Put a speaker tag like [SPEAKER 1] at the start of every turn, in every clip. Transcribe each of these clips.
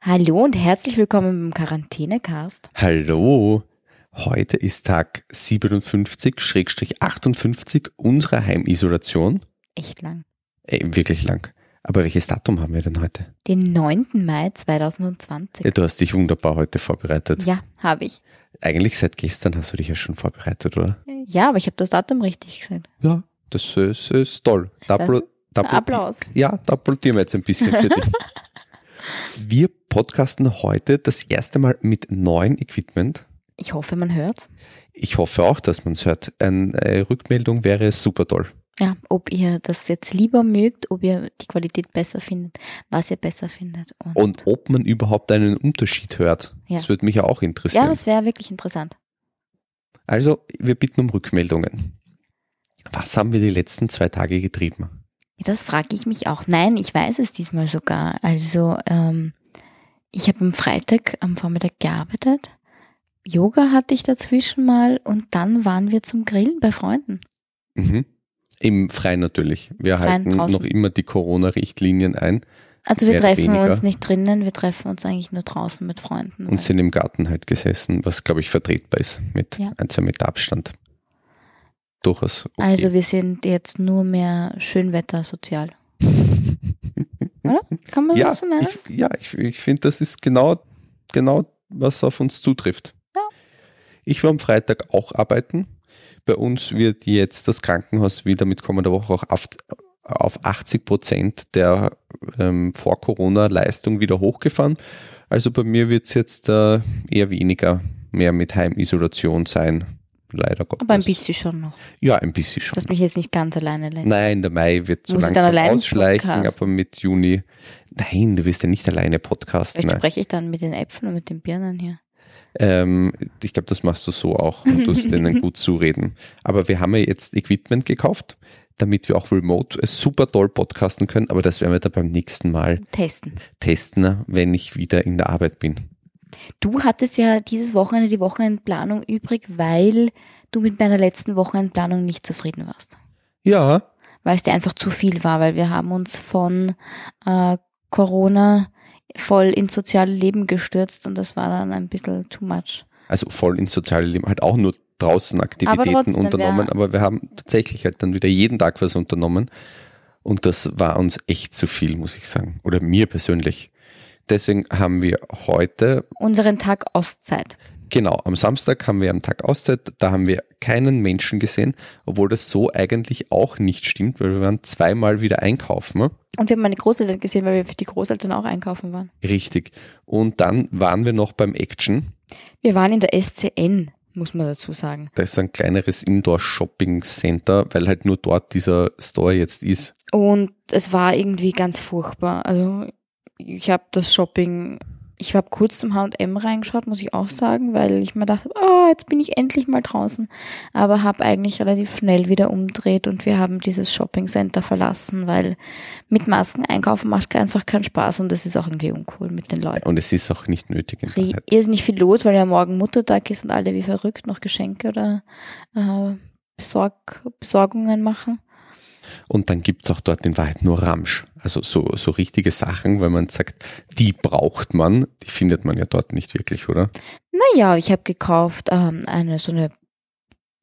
[SPEAKER 1] Hallo und herzlich willkommen im Quarantänecast.
[SPEAKER 2] Hallo, heute ist Tag 57-58 unserer Heimisolation.
[SPEAKER 1] Echt lang.
[SPEAKER 2] Ey, wirklich lang. Aber welches Datum haben wir denn heute?
[SPEAKER 1] Den 9. Mai 2020.
[SPEAKER 2] Ja, du hast dich wunderbar heute vorbereitet.
[SPEAKER 1] Ja, habe ich.
[SPEAKER 2] Eigentlich seit gestern hast du dich ja schon vorbereitet, oder?
[SPEAKER 1] Ja, aber ich habe das Datum richtig gesagt.
[SPEAKER 2] Ja, das ist, ist toll. Da
[SPEAKER 1] Das-
[SPEAKER 2] appro- da appro-
[SPEAKER 1] Applaus.
[SPEAKER 2] Ja, da applaudieren wir jetzt ein bisschen für dich. Wir podcasten heute das erste Mal mit neuem Equipment.
[SPEAKER 1] Ich hoffe, man hört's.
[SPEAKER 2] Ich hoffe auch, dass man es hört. Eine Rückmeldung wäre super toll.
[SPEAKER 1] Ja, ob ihr das jetzt lieber mögt, ob ihr die Qualität besser findet, was ihr besser findet. Und,
[SPEAKER 2] Und ob man überhaupt einen Unterschied hört,
[SPEAKER 1] Ja.
[SPEAKER 2] das würde mich ja auch
[SPEAKER 1] ja,
[SPEAKER 2] interessieren.
[SPEAKER 1] das wäre wirklich interessant.
[SPEAKER 2] also, wir bitten um Rückmeldungen. Was haben wir die letzten zwei Tage getrieben?
[SPEAKER 1] Ja, das frage ich mich auch. Nein, ich weiß es diesmal sogar. Also, ähm, ich habe am Freitag am Vormittag gearbeitet. Yoga hatte ich dazwischen mal und dann waren wir zum Grillen bei Freunden.
[SPEAKER 2] Mhm. Im Freien natürlich. Wir
[SPEAKER 1] Freien
[SPEAKER 2] halten
[SPEAKER 1] draußen.
[SPEAKER 2] noch immer die Corona-Richtlinien ein
[SPEAKER 1] Also wir
[SPEAKER 2] Mehr oder
[SPEAKER 1] treffen
[SPEAKER 2] weniger.
[SPEAKER 1] uns nicht drinnen, wir treffen uns eigentlich nur draußen mit Freunden.
[SPEAKER 2] und sind im Garten halt gesessen, was, glaube ich, vertretbar ist mit
[SPEAKER 1] Ja.
[SPEAKER 2] ein, zwei Meter Abstand. Durchaus. Okay.
[SPEAKER 1] Also wir sind jetzt nur mehr Schönwetter sozial. Oder? Kann man
[SPEAKER 2] ja,
[SPEAKER 1] das so nennen?
[SPEAKER 2] ich, ja, ich, ich finde, das ist genau, genau, was auf uns zutrifft.
[SPEAKER 1] Ja.
[SPEAKER 2] Ich war am Freitag auch arbeiten. Bei uns wird jetzt das Krankenhaus wieder mit kommender Woche auch auf, auf 80 Prozent der ähm, Vor-Corona-Leistung wieder hochgefahren. Also bei mir wird es jetzt äh, eher weniger mehr mit Heimisolation sein. Leider Gottes.
[SPEAKER 1] Aber ein bisschen schon noch.
[SPEAKER 2] Ja, ein bisschen schon.
[SPEAKER 1] Dass mich jetzt nicht ganz alleine lässt.
[SPEAKER 2] Nein, der Mai wird so
[SPEAKER 1] Muss ich dann
[SPEAKER 2] langsam
[SPEAKER 1] allein
[SPEAKER 2] ausschleichen,
[SPEAKER 1] podcasten?
[SPEAKER 2] aber mit Juni. Nein, du wirst ja nicht alleine podcasten.
[SPEAKER 1] Vielleicht
[SPEAKER 2] Nein.
[SPEAKER 1] spreche ich dann mit den Äpfeln und mit den Birnen hier.
[SPEAKER 2] Ähm, ich glaube, das machst du so auch und tust denen gut zureden. Aber wir haben ja jetzt Equipment gekauft, damit wir auch remote äh, super toll podcasten können, aber das werden wir dann beim nächsten Mal
[SPEAKER 1] Testen.
[SPEAKER 2] testen, ne, wenn ich wieder in der Arbeit bin.
[SPEAKER 1] Du hattest ja dieses Wochenende die Wochenendplanung übrig, weil du mit meiner letzten Wochenendplanung nicht zufrieden warst.
[SPEAKER 2] Ja,
[SPEAKER 1] Weil es dir einfach zu viel war, weil wir haben uns von äh, Corona voll ins soziale Leben gestürzt und das war dann ein bisschen too much.
[SPEAKER 2] also voll ins soziale Leben, halt auch nur draußen Aktivitäten
[SPEAKER 1] trotzdem,
[SPEAKER 2] unternommen,
[SPEAKER 1] wir-
[SPEAKER 2] aber wir haben tatsächlich halt dann wieder jeden Tag was unternommen und das war uns echt zu viel, muss ich sagen, oder mir persönlich. Deswegen haben wir heute,
[SPEAKER 1] Unseren Tag Auszeit.
[SPEAKER 2] genau, am Samstag haben wir am Tag Auszeit, da haben wir keinen Menschen gesehen, obwohl das so eigentlich auch nicht stimmt, weil wir waren zweimal wieder einkaufen. ne?
[SPEAKER 1] Und wir haben meine Großeltern gesehen, weil wir für die Großeltern auch einkaufen waren.
[SPEAKER 2] Richtig. Und dann waren wir noch beim Action.
[SPEAKER 1] Wir waren in der SCN, muss man dazu sagen.
[SPEAKER 2] Da ist ein kleineres Indoor-Shopping-Center, weil halt nur dort dieser Store jetzt ist.
[SPEAKER 1] Und es war irgendwie ganz furchtbar. Also ich habe das Shopping, ich habe kurz zum H&M reingeschaut, muss ich auch sagen, weil ich mir dachte, ah, jetzt bin ich endlich mal draußen. Aber habe eigentlich relativ schnell wieder umgedreht und wir haben dieses Shopping Center verlassen, weil mit Masken einkaufen macht einfach keinen Spaß und das ist auch irgendwie uncool mit den Leuten.
[SPEAKER 2] Und es ist auch nicht nötig in
[SPEAKER 1] Ri-
[SPEAKER 2] Wahrheit.
[SPEAKER 1] irrsinnig viel los, weil ja morgen Muttertag ist und alle wie verrückt noch Geschenke oder äh, Besorg Besorgungen machen.
[SPEAKER 2] Und dann gibt's auch dort in Wahrheit nur Ramsch. Also so, so richtige Sachen, weil man sagt, die braucht man, die findet man ja dort nicht wirklich, oder?
[SPEAKER 1] Naja, ich habe gekauft ähm, eine so eine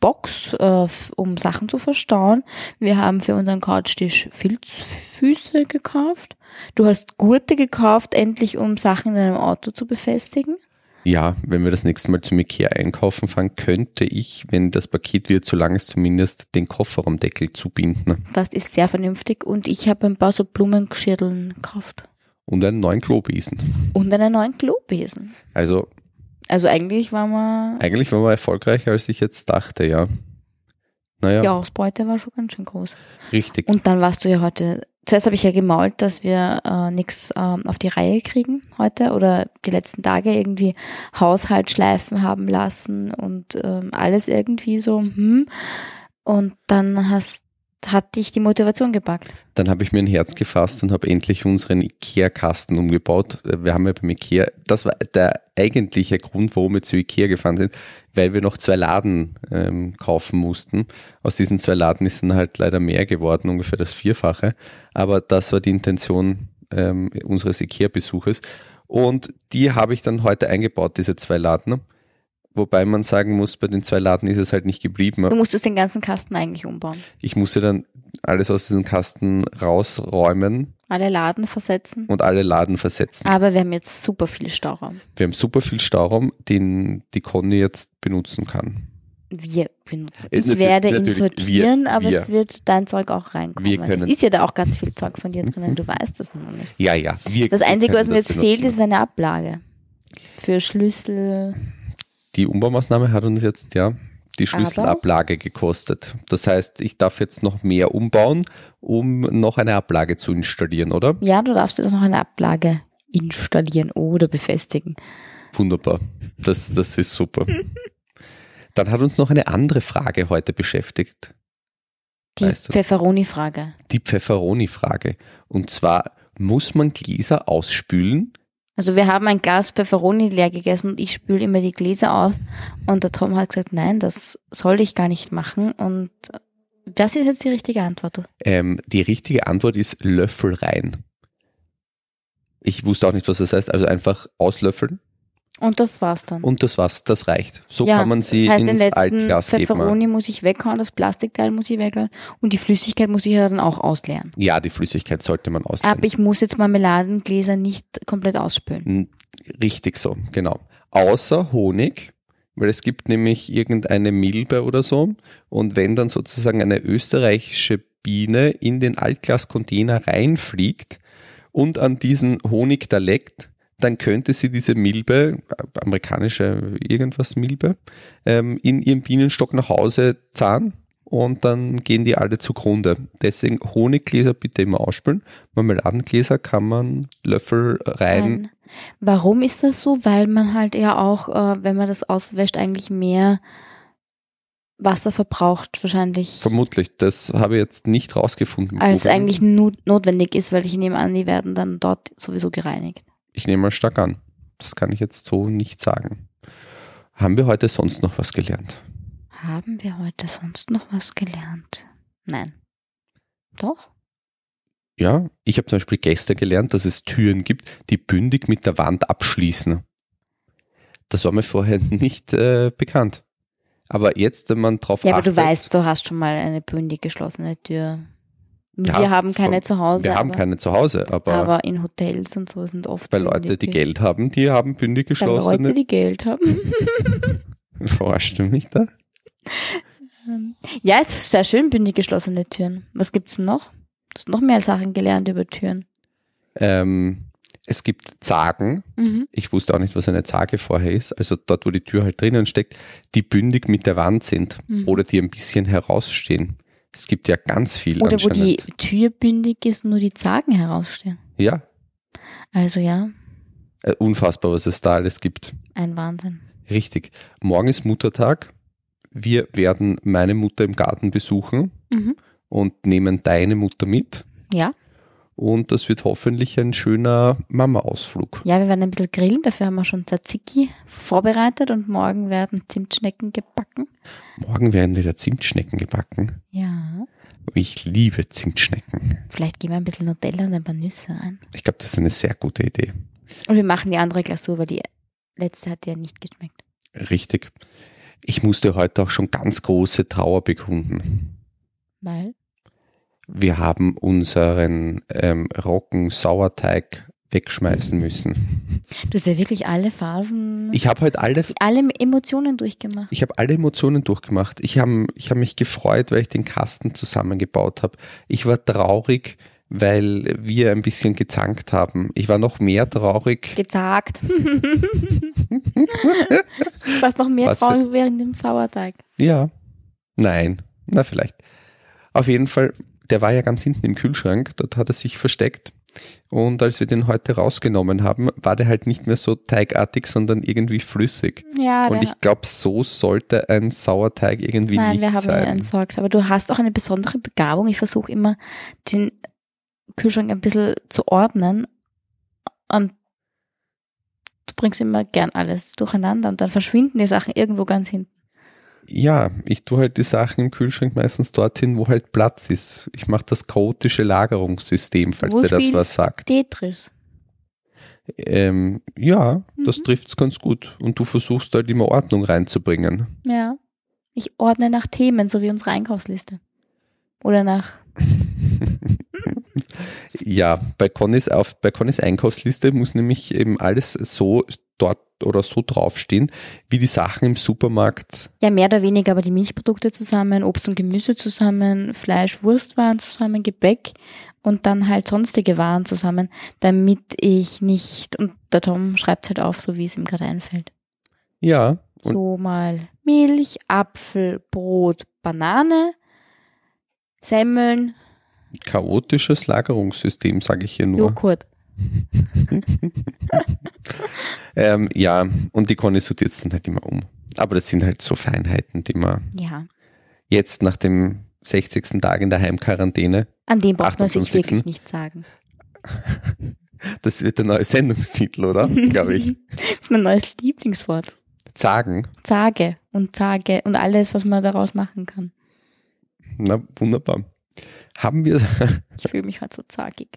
[SPEAKER 1] Box, äh, f- um Sachen zu verstauen. Wir haben für unseren Couchtisch Filzfüße gekauft. Du hast Gurte gekauft, endlich um Sachen in deinem Auto zu befestigen.
[SPEAKER 2] Ja, wenn wir das nächste Mal zum Ikea einkaufen fahren, könnte ich, wenn das Paket wird, solange es zumindest den Kofferraumdeckel zubinden.
[SPEAKER 1] Das ist sehr vernünftig und ich habe ein paar so Blumengeschirrteln gekauft
[SPEAKER 2] Und einen neuen Klobesen.
[SPEAKER 1] und einen neuen Klobesen.
[SPEAKER 2] Also
[SPEAKER 1] Also eigentlich war man
[SPEAKER 2] eigentlich waren wir erfolgreicher, als ich jetzt dachte, ja. Naja,
[SPEAKER 1] Die Ausbeute war schon ganz schön groß.
[SPEAKER 2] richtig.
[SPEAKER 1] Und dann warst du ja heute. Zuerst habe ich ja gemault, dass wir äh, nichts ähm, auf die Reihe kriegen heute oder die letzten Tage irgendwie Haushalt schleifen haben lassen und ähm, alles irgendwie so. Hm. Und dann hast, hat dich die Motivation gepackt.
[SPEAKER 2] Dann habe ich mir ein Herz gefasst und habe endlich unseren IKEA-Kasten umgebaut. Wir haben ja beim IKEA, das war der eigentliche Grund, warum wir zu IKEA gefahren sind, weil wir noch zwei Laden ähm, kaufen mussten. Aus diesen zwei Laden ist dann halt leider mehr geworden, ungefähr das Vierfache. Aber das war die Intention ähm, unseres IKEA-Besuches. Und die habe ich dann heute eingebaut, diese zwei Laden. Wobei man sagen muss, bei den zwei Laden ist es halt nicht geblieben.
[SPEAKER 1] Du musstest den ganzen Kasten eigentlich umbauen.
[SPEAKER 2] Ich musste dann alles aus diesem Kasten rausräumen
[SPEAKER 1] Alle Laden versetzen.
[SPEAKER 2] und alle Laden versetzen.
[SPEAKER 1] Aber wir haben jetzt super viel Stauraum.
[SPEAKER 2] Wir haben super viel Stauraum, den die Conny jetzt benutzen kann.
[SPEAKER 1] Wir benutzen.
[SPEAKER 2] Äh,
[SPEAKER 1] Ich
[SPEAKER 2] natür-
[SPEAKER 1] werde ihn
[SPEAKER 2] natürlich, wir-
[SPEAKER 1] sortieren, aber
[SPEAKER 2] wir.
[SPEAKER 1] es wird dein Zeug auch reinkommen. Also
[SPEAKER 2] Wir können-
[SPEAKER 1] es ist ja da auch ganz viel Zeug von dir drinnen. Du weißt das noch nicht.
[SPEAKER 2] Ja, ja. Wir
[SPEAKER 1] Das
[SPEAKER 2] wir
[SPEAKER 1] Einzige,
[SPEAKER 2] können
[SPEAKER 1] was mir
[SPEAKER 2] das
[SPEAKER 1] jetzt
[SPEAKER 2] benutzen.
[SPEAKER 1] fehlt, ist eine Ablage. Für Schlüssel.
[SPEAKER 2] Die Umbaumaßnahme hat uns jetzt ja die Schlüsselablage gekostet. Das heißt, ich darf jetzt noch mehr umbauen, um noch eine Ablage zu installieren, oder?
[SPEAKER 1] Ja, du darfst jetzt noch eine Ablage installieren oder befestigen.
[SPEAKER 2] Wunderbar. Das, das ist super. Dann hat uns noch eine andere Frage heute beschäftigt.
[SPEAKER 1] Die
[SPEAKER 2] Weißt du-
[SPEAKER 1] Pfefferoni-Frage.
[SPEAKER 2] Die Pfefferoni-Frage. Und zwar, muss man Gläser ausspülen?
[SPEAKER 1] Also wir haben ein Glas Pfefferoni leer gegessen und ich spüle immer die Gläser aus. Und der Tom hat gesagt, nein, das soll ich gar nicht machen. Und das ist jetzt die richtige Antwort.
[SPEAKER 2] Ähm, die richtige Antwort ist Löffel rein. Ich wusste auch nicht, was das heißt. Also einfach auslöffeln
[SPEAKER 1] Und das war's dann.
[SPEAKER 2] und das war's. Das reicht. So kann man sie
[SPEAKER 1] das heißt,
[SPEAKER 2] ins
[SPEAKER 1] den letzten
[SPEAKER 2] Altglas geben.
[SPEAKER 1] Pfefferoni muss ich weghauen, das Plastikteil muss ich weghauen und die Flüssigkeit muss ich ja dann auch ausleeren.
[SPEAKER 2] Ja, die Flüssigkeit sollte man ausleeren.
[SPEAKER 1] Aber ich muss jetzt Marmeladengläser nicht komplett ausspülen.
[SPEAKER 2] N- Richtig so, genau. Außer Honig, weil es gibt nämlich irgendeine Milbe oder so. Und wenn dann sozusagen eine österreichische Biene in den Altglascontainer reinfliegt und an diesen Honig da leckt, dann könnte sie diese Milbe, äh, amerikanische irgendwas Milbe, ähm, in ihrem Bienenstock nach Hause zahlen und dann gehen die alle zugrunde. Deswegen Honiggläser bitte immer ausspülen. Marmeladengläser kann man Löffel rein
[SPEAKER 1] Nein. Warum ist das so? Weil man halt ja auch, äh, wenn man das auswäscht, eigentlich mehr Wasser verbraucht wahrscheinlich,
[SPEAKER 2] Vermutlich, das habe ich jetzt nicht rausgefunden.
[SPEAKER 1] als
[SPEAKER 2] Google.
[SPEAKER 1] Ah, eigentlich nu- notwendig ist, weil ich nehme an, die werden dann dort sowieso gereinigt.
[SPEAKER 2] Ich nehme mal stark an. Das kann ich jetzt so nicht sagen. Haben wir heute sonst noch was gelernt?
[SPEAKER 1] Haben wir heute sonst noch was gelernt? Nein. Doch?
[SPEAKER 2] Ja, ich habe zum Beispiel gestern gelernt, dass es Türen gibt, die bündig mit der Wand abschließen. Das war mir vorher nicht äh, bekannt. Aber jetzt, wenn man drauf
[SPEAKER 1] Ja, aber
[SPEAKER 2] achtet,
[SPEAKER 1] du weißt, du hast schon mal eine bündig geschlossene Tür.
[SPEAKER 2] Ja,
[SPEAKER 1] wir haben keine
[SPEAKER 2] von-
[SPEAKER 1] zu Hause.
[SPEAKER 2] wir haben
[SPEAKER 1] aber,
[SPEAKER 2] keine zu Hause, aber,
[SPEAKER 1] aber in Hotels und so sind oft
[SPEAKER 2] bei Leute, die
[SPEAKER 1] bündige-
[SPEAKER 2] Geld haben, die haben bündig
[SPEAKER 1] Bei Leute,
[SPEAKER 2] geschlossene.
[SPEAKER 1] die Geld haben.
[SPEAKER 2] Verarschst du mich da?
[SPEAKER 1] Ja, es ist sehr schön, bündig geschlossene Türen. Was gibt's denn noch? Du hast noch mehr Sachen gelernt über Türen.
[SPEAKER 2] Ähm, es gibt Zagen,
[SPEAKER 1] Mhm.
[SPEAKER 2] ich wusste auch nicht, was eine Zage vorher ist, also dort, wo die Tür halt drinnen steckt, die bündig mit der Wand sind
[SPEAKER 1] Mhm.
[SPEAKER 2] oder die ein bisschen herausstehen. Es gibt ja ganz viel
[SPEAKER 1] Oder wo die
[SPEAKER 2] anscheinend.
[SPEAKER 1] Tür bündig ist und nur die Zagen herausstehen.
[SPEAKER 2] ja,
[SPEAKER 1] Also ja,
[SPEAKER 2] äh, unfassbar, was es da alles gibt.
[SPEAKER 1] ein Wahnsinn.
[SPEAKER 2] Richtig. Morgen ist Muttertag. Wir werden meine Mutter im Garten besuchen
[SPEAKER 1] Mhm.
[SPEAKER 2] und nehmen deine Mutter mit.
[SPEAKER 1] Ja.
[SPEAKER 2] Und das wird hoffentlich ein schöner Mama-Ausflug.
[SPEAKER 1] Ja, wir werden ein bisschen grillen. Dafür haben wir schon Tzatziki vorbereitet und morgen werden Zimtschnecken gebacken.
[SPEAKER 2] Morgen werden wieder Zimtschnecken gebacken.
[SPEAKER 1] Ja.
[SPEAKER 2] Ich liebe Zimtschnecken.
[SPEAKER 1] Vielleicht geben wir ein bisschen Nutella und ein paar Nüsse rein.
[SPEAKER 2] Ich glaube, das ist eine sehr gute Idee.
[SPEAKER 1] Und wir machen die andere Glasur, weil die letzte hat ja nicht geschmeckt.
[SPEAKER 2] Richtig. Ich musste heute auch schon ganz große Trauer bekunden.
[SPEAKER 1] Weil?
[SPEAKER 2] Wir haben unseren ähm, Rocken Sauerteig wegschmeißen müssen.
[SPEAKER 1] Du hast ja wirklich alle Phasen,
[SPEAKER 2] Ich habe heute alle,
[SPEAKER 1] alle Emotionen durchgemacht.
[SPEAKER 2] ich habe alle Emotionen durchgemacht. Ich habe ich hab mich gefreut, weil ich den Kasten zusammengebaut habe. Ich war traurig, weil wir ein bisschen gezankt haben. Ich war noch mehr traurig.
[SPEAKER 1] gezagt. Was noch mehr
[SPEAKER 2] Was für-
[SPEAKER 1] traurig während dem Sauerteig.
[SPEAKER 2] Ja. Nein. Na, vielleicht. Auf jeden Fall, der war ja ganz hinten im Kühlschrank. Dort hat er sich versteckt. Und als wir den heute rausgenommen haben, war der halt nicht mehr so teigartig, sondern irgendwie flüssig.
[SPEAKER 1] Ja,
[SPEAKER 2] Und
[SPEAKER 1] Ah, der,
[SPEAKER 2] ich glaube, so sollte ein Sauerteig irgendwie
[SPEAKER 1] nein,
[SPEAKER 2] nicht
[SPEAKER 1] wir haben ihn
[SPEAKER 2] sein.
[SPEAKER 1] entsorgt. Aber du hast auch eine besondere Begabung. Ich versuche immer, den Kühlschrank ein bisschen zu ordnen. Und du bringst immer gern alles durcheinander und dann verschwinden die Sachen irgendwo ganz hinten.
[SPEAKER 2] Ja, ich tue halt die Sachen im Kühlschrank meistens dorthin, wo halt Platz ist. Ich mache das chaotische Lagerungssystem, falls
[SPEAKER 1] Du
[SPEAKER 2] dir das
[SPEAKER 1] spielst
[SPEAKER 2] was sagt.
[SPEAKER 1] Tetris.
[SPEAKER 2] Ähm, ja, das
[SPEAKER 1] Mhm.
[SPEAKER 2] trifft es ganz gut. Und du versuchst halt immer Ordnung reinzubringen.
[SPEAKER 1] Ja. Ich ordne nach Themen, so wie unsere Einkaufsliste. Oder nach.
[SPEAKER 2] Ja, bei Connys, auf, bei Connys Einkaufsliste muss nämlich eben alles so dort oder so draufstehen, wie die Sachen im Supermarkt.
[SPEAKER 1] Ja, mehr oder weniger, aber die Milchprodukte zusammen, Obst und Gemüse zusammen, Fleisch, Wurstwaren zusammen, Gebäck und dann halt sonstige Waren zusammen, damit ich nicht, und der Tom schreibt halt auf, so wie es ihm gerade einfällt.
[SPEAKER 2] Ja, und
[SPEAKER 1] So mal Milch, Apfel, Brot, Banane, Semmeln,
[SPEAKER 2] chaotisches Lagerungssystem, sage ich hier nur.
[SPEAKER 1] Joghurt.
[SPEAKER 2] Ähm, ja, und die Conny sortiert es dann halt immer um. Aber das sind halt so Feinheiten, die man
[SPEAKER 1] Ja.
[SPEAKER 2] jetzt nach dem 60. Tag in der Heimquarantäne,
[SPEAKER 1] An dem braucht man sich
[SPEAKER 2] 58..
[SPEAKER 1] wirklich nicht sagen.
[SPEAKER 2] das wird der neue Sendungstitel, oder? Glaube ich.
[SPEAKER 1] Das ist mein neues Lieblingswort.
[SPEAKER 2] Zagen.
[SPEAKER 1] Zage und Zage und alles, was man daraus machen kann.
[SPEAKER 2] Na, wunderbar. Haben wir
[SPEAKER 1] Ich fühle mich halt so zagig.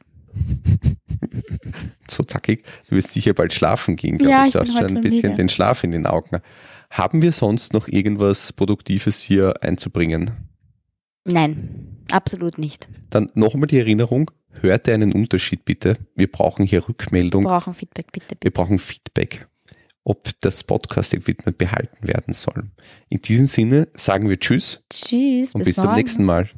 [SPEAKER 2] so zackig. Du wirst sicher bald schlafen gehen, glaube
[SPEAKER 1] Ja,
[SPEAKER 2] ich.
[SPEAKER 1] ich
[SPEAKER 2] Du
[SPEAKER 1] bin
[SPEAKER 2] hast
[SPEAKER 1] heute
[SPEAKER 2] schon ein
[SPEAKER 1] schon
[SPEAKER 2] bisschen
[SPEAKER 1] müde.
[SPEAKER 2] den Schlaf in den Augen. Haben wir sonst noch irgendwas Produktives hier einzubringen?
[SPEAKER 1] Nein, absolut nicht.
[SPEAKER 2] Dann nochmal die Erinnerung, hört ihr einen Unterschied bitte? Wir brauchen hier Rückmeldung,
[SPEAKER 1] Wir brauchen Feedback, bitte,
[SPEAKER 2] wir
[SPEAKER 1] bitte.
[SPEAKER 2] brauchen Feedback, ob das Podcast-Equipment behalten werden soll. In diesem Sinne sagen wir Tschüss
[SPEAKER 1] Tschüss,
[SPEAKER 2] und
[SPEAKER 1] bis,
[SPEAKER 2] bis zum
[SPEAKER 1] morgen.
[SPEAKER 2] nächsten Mal.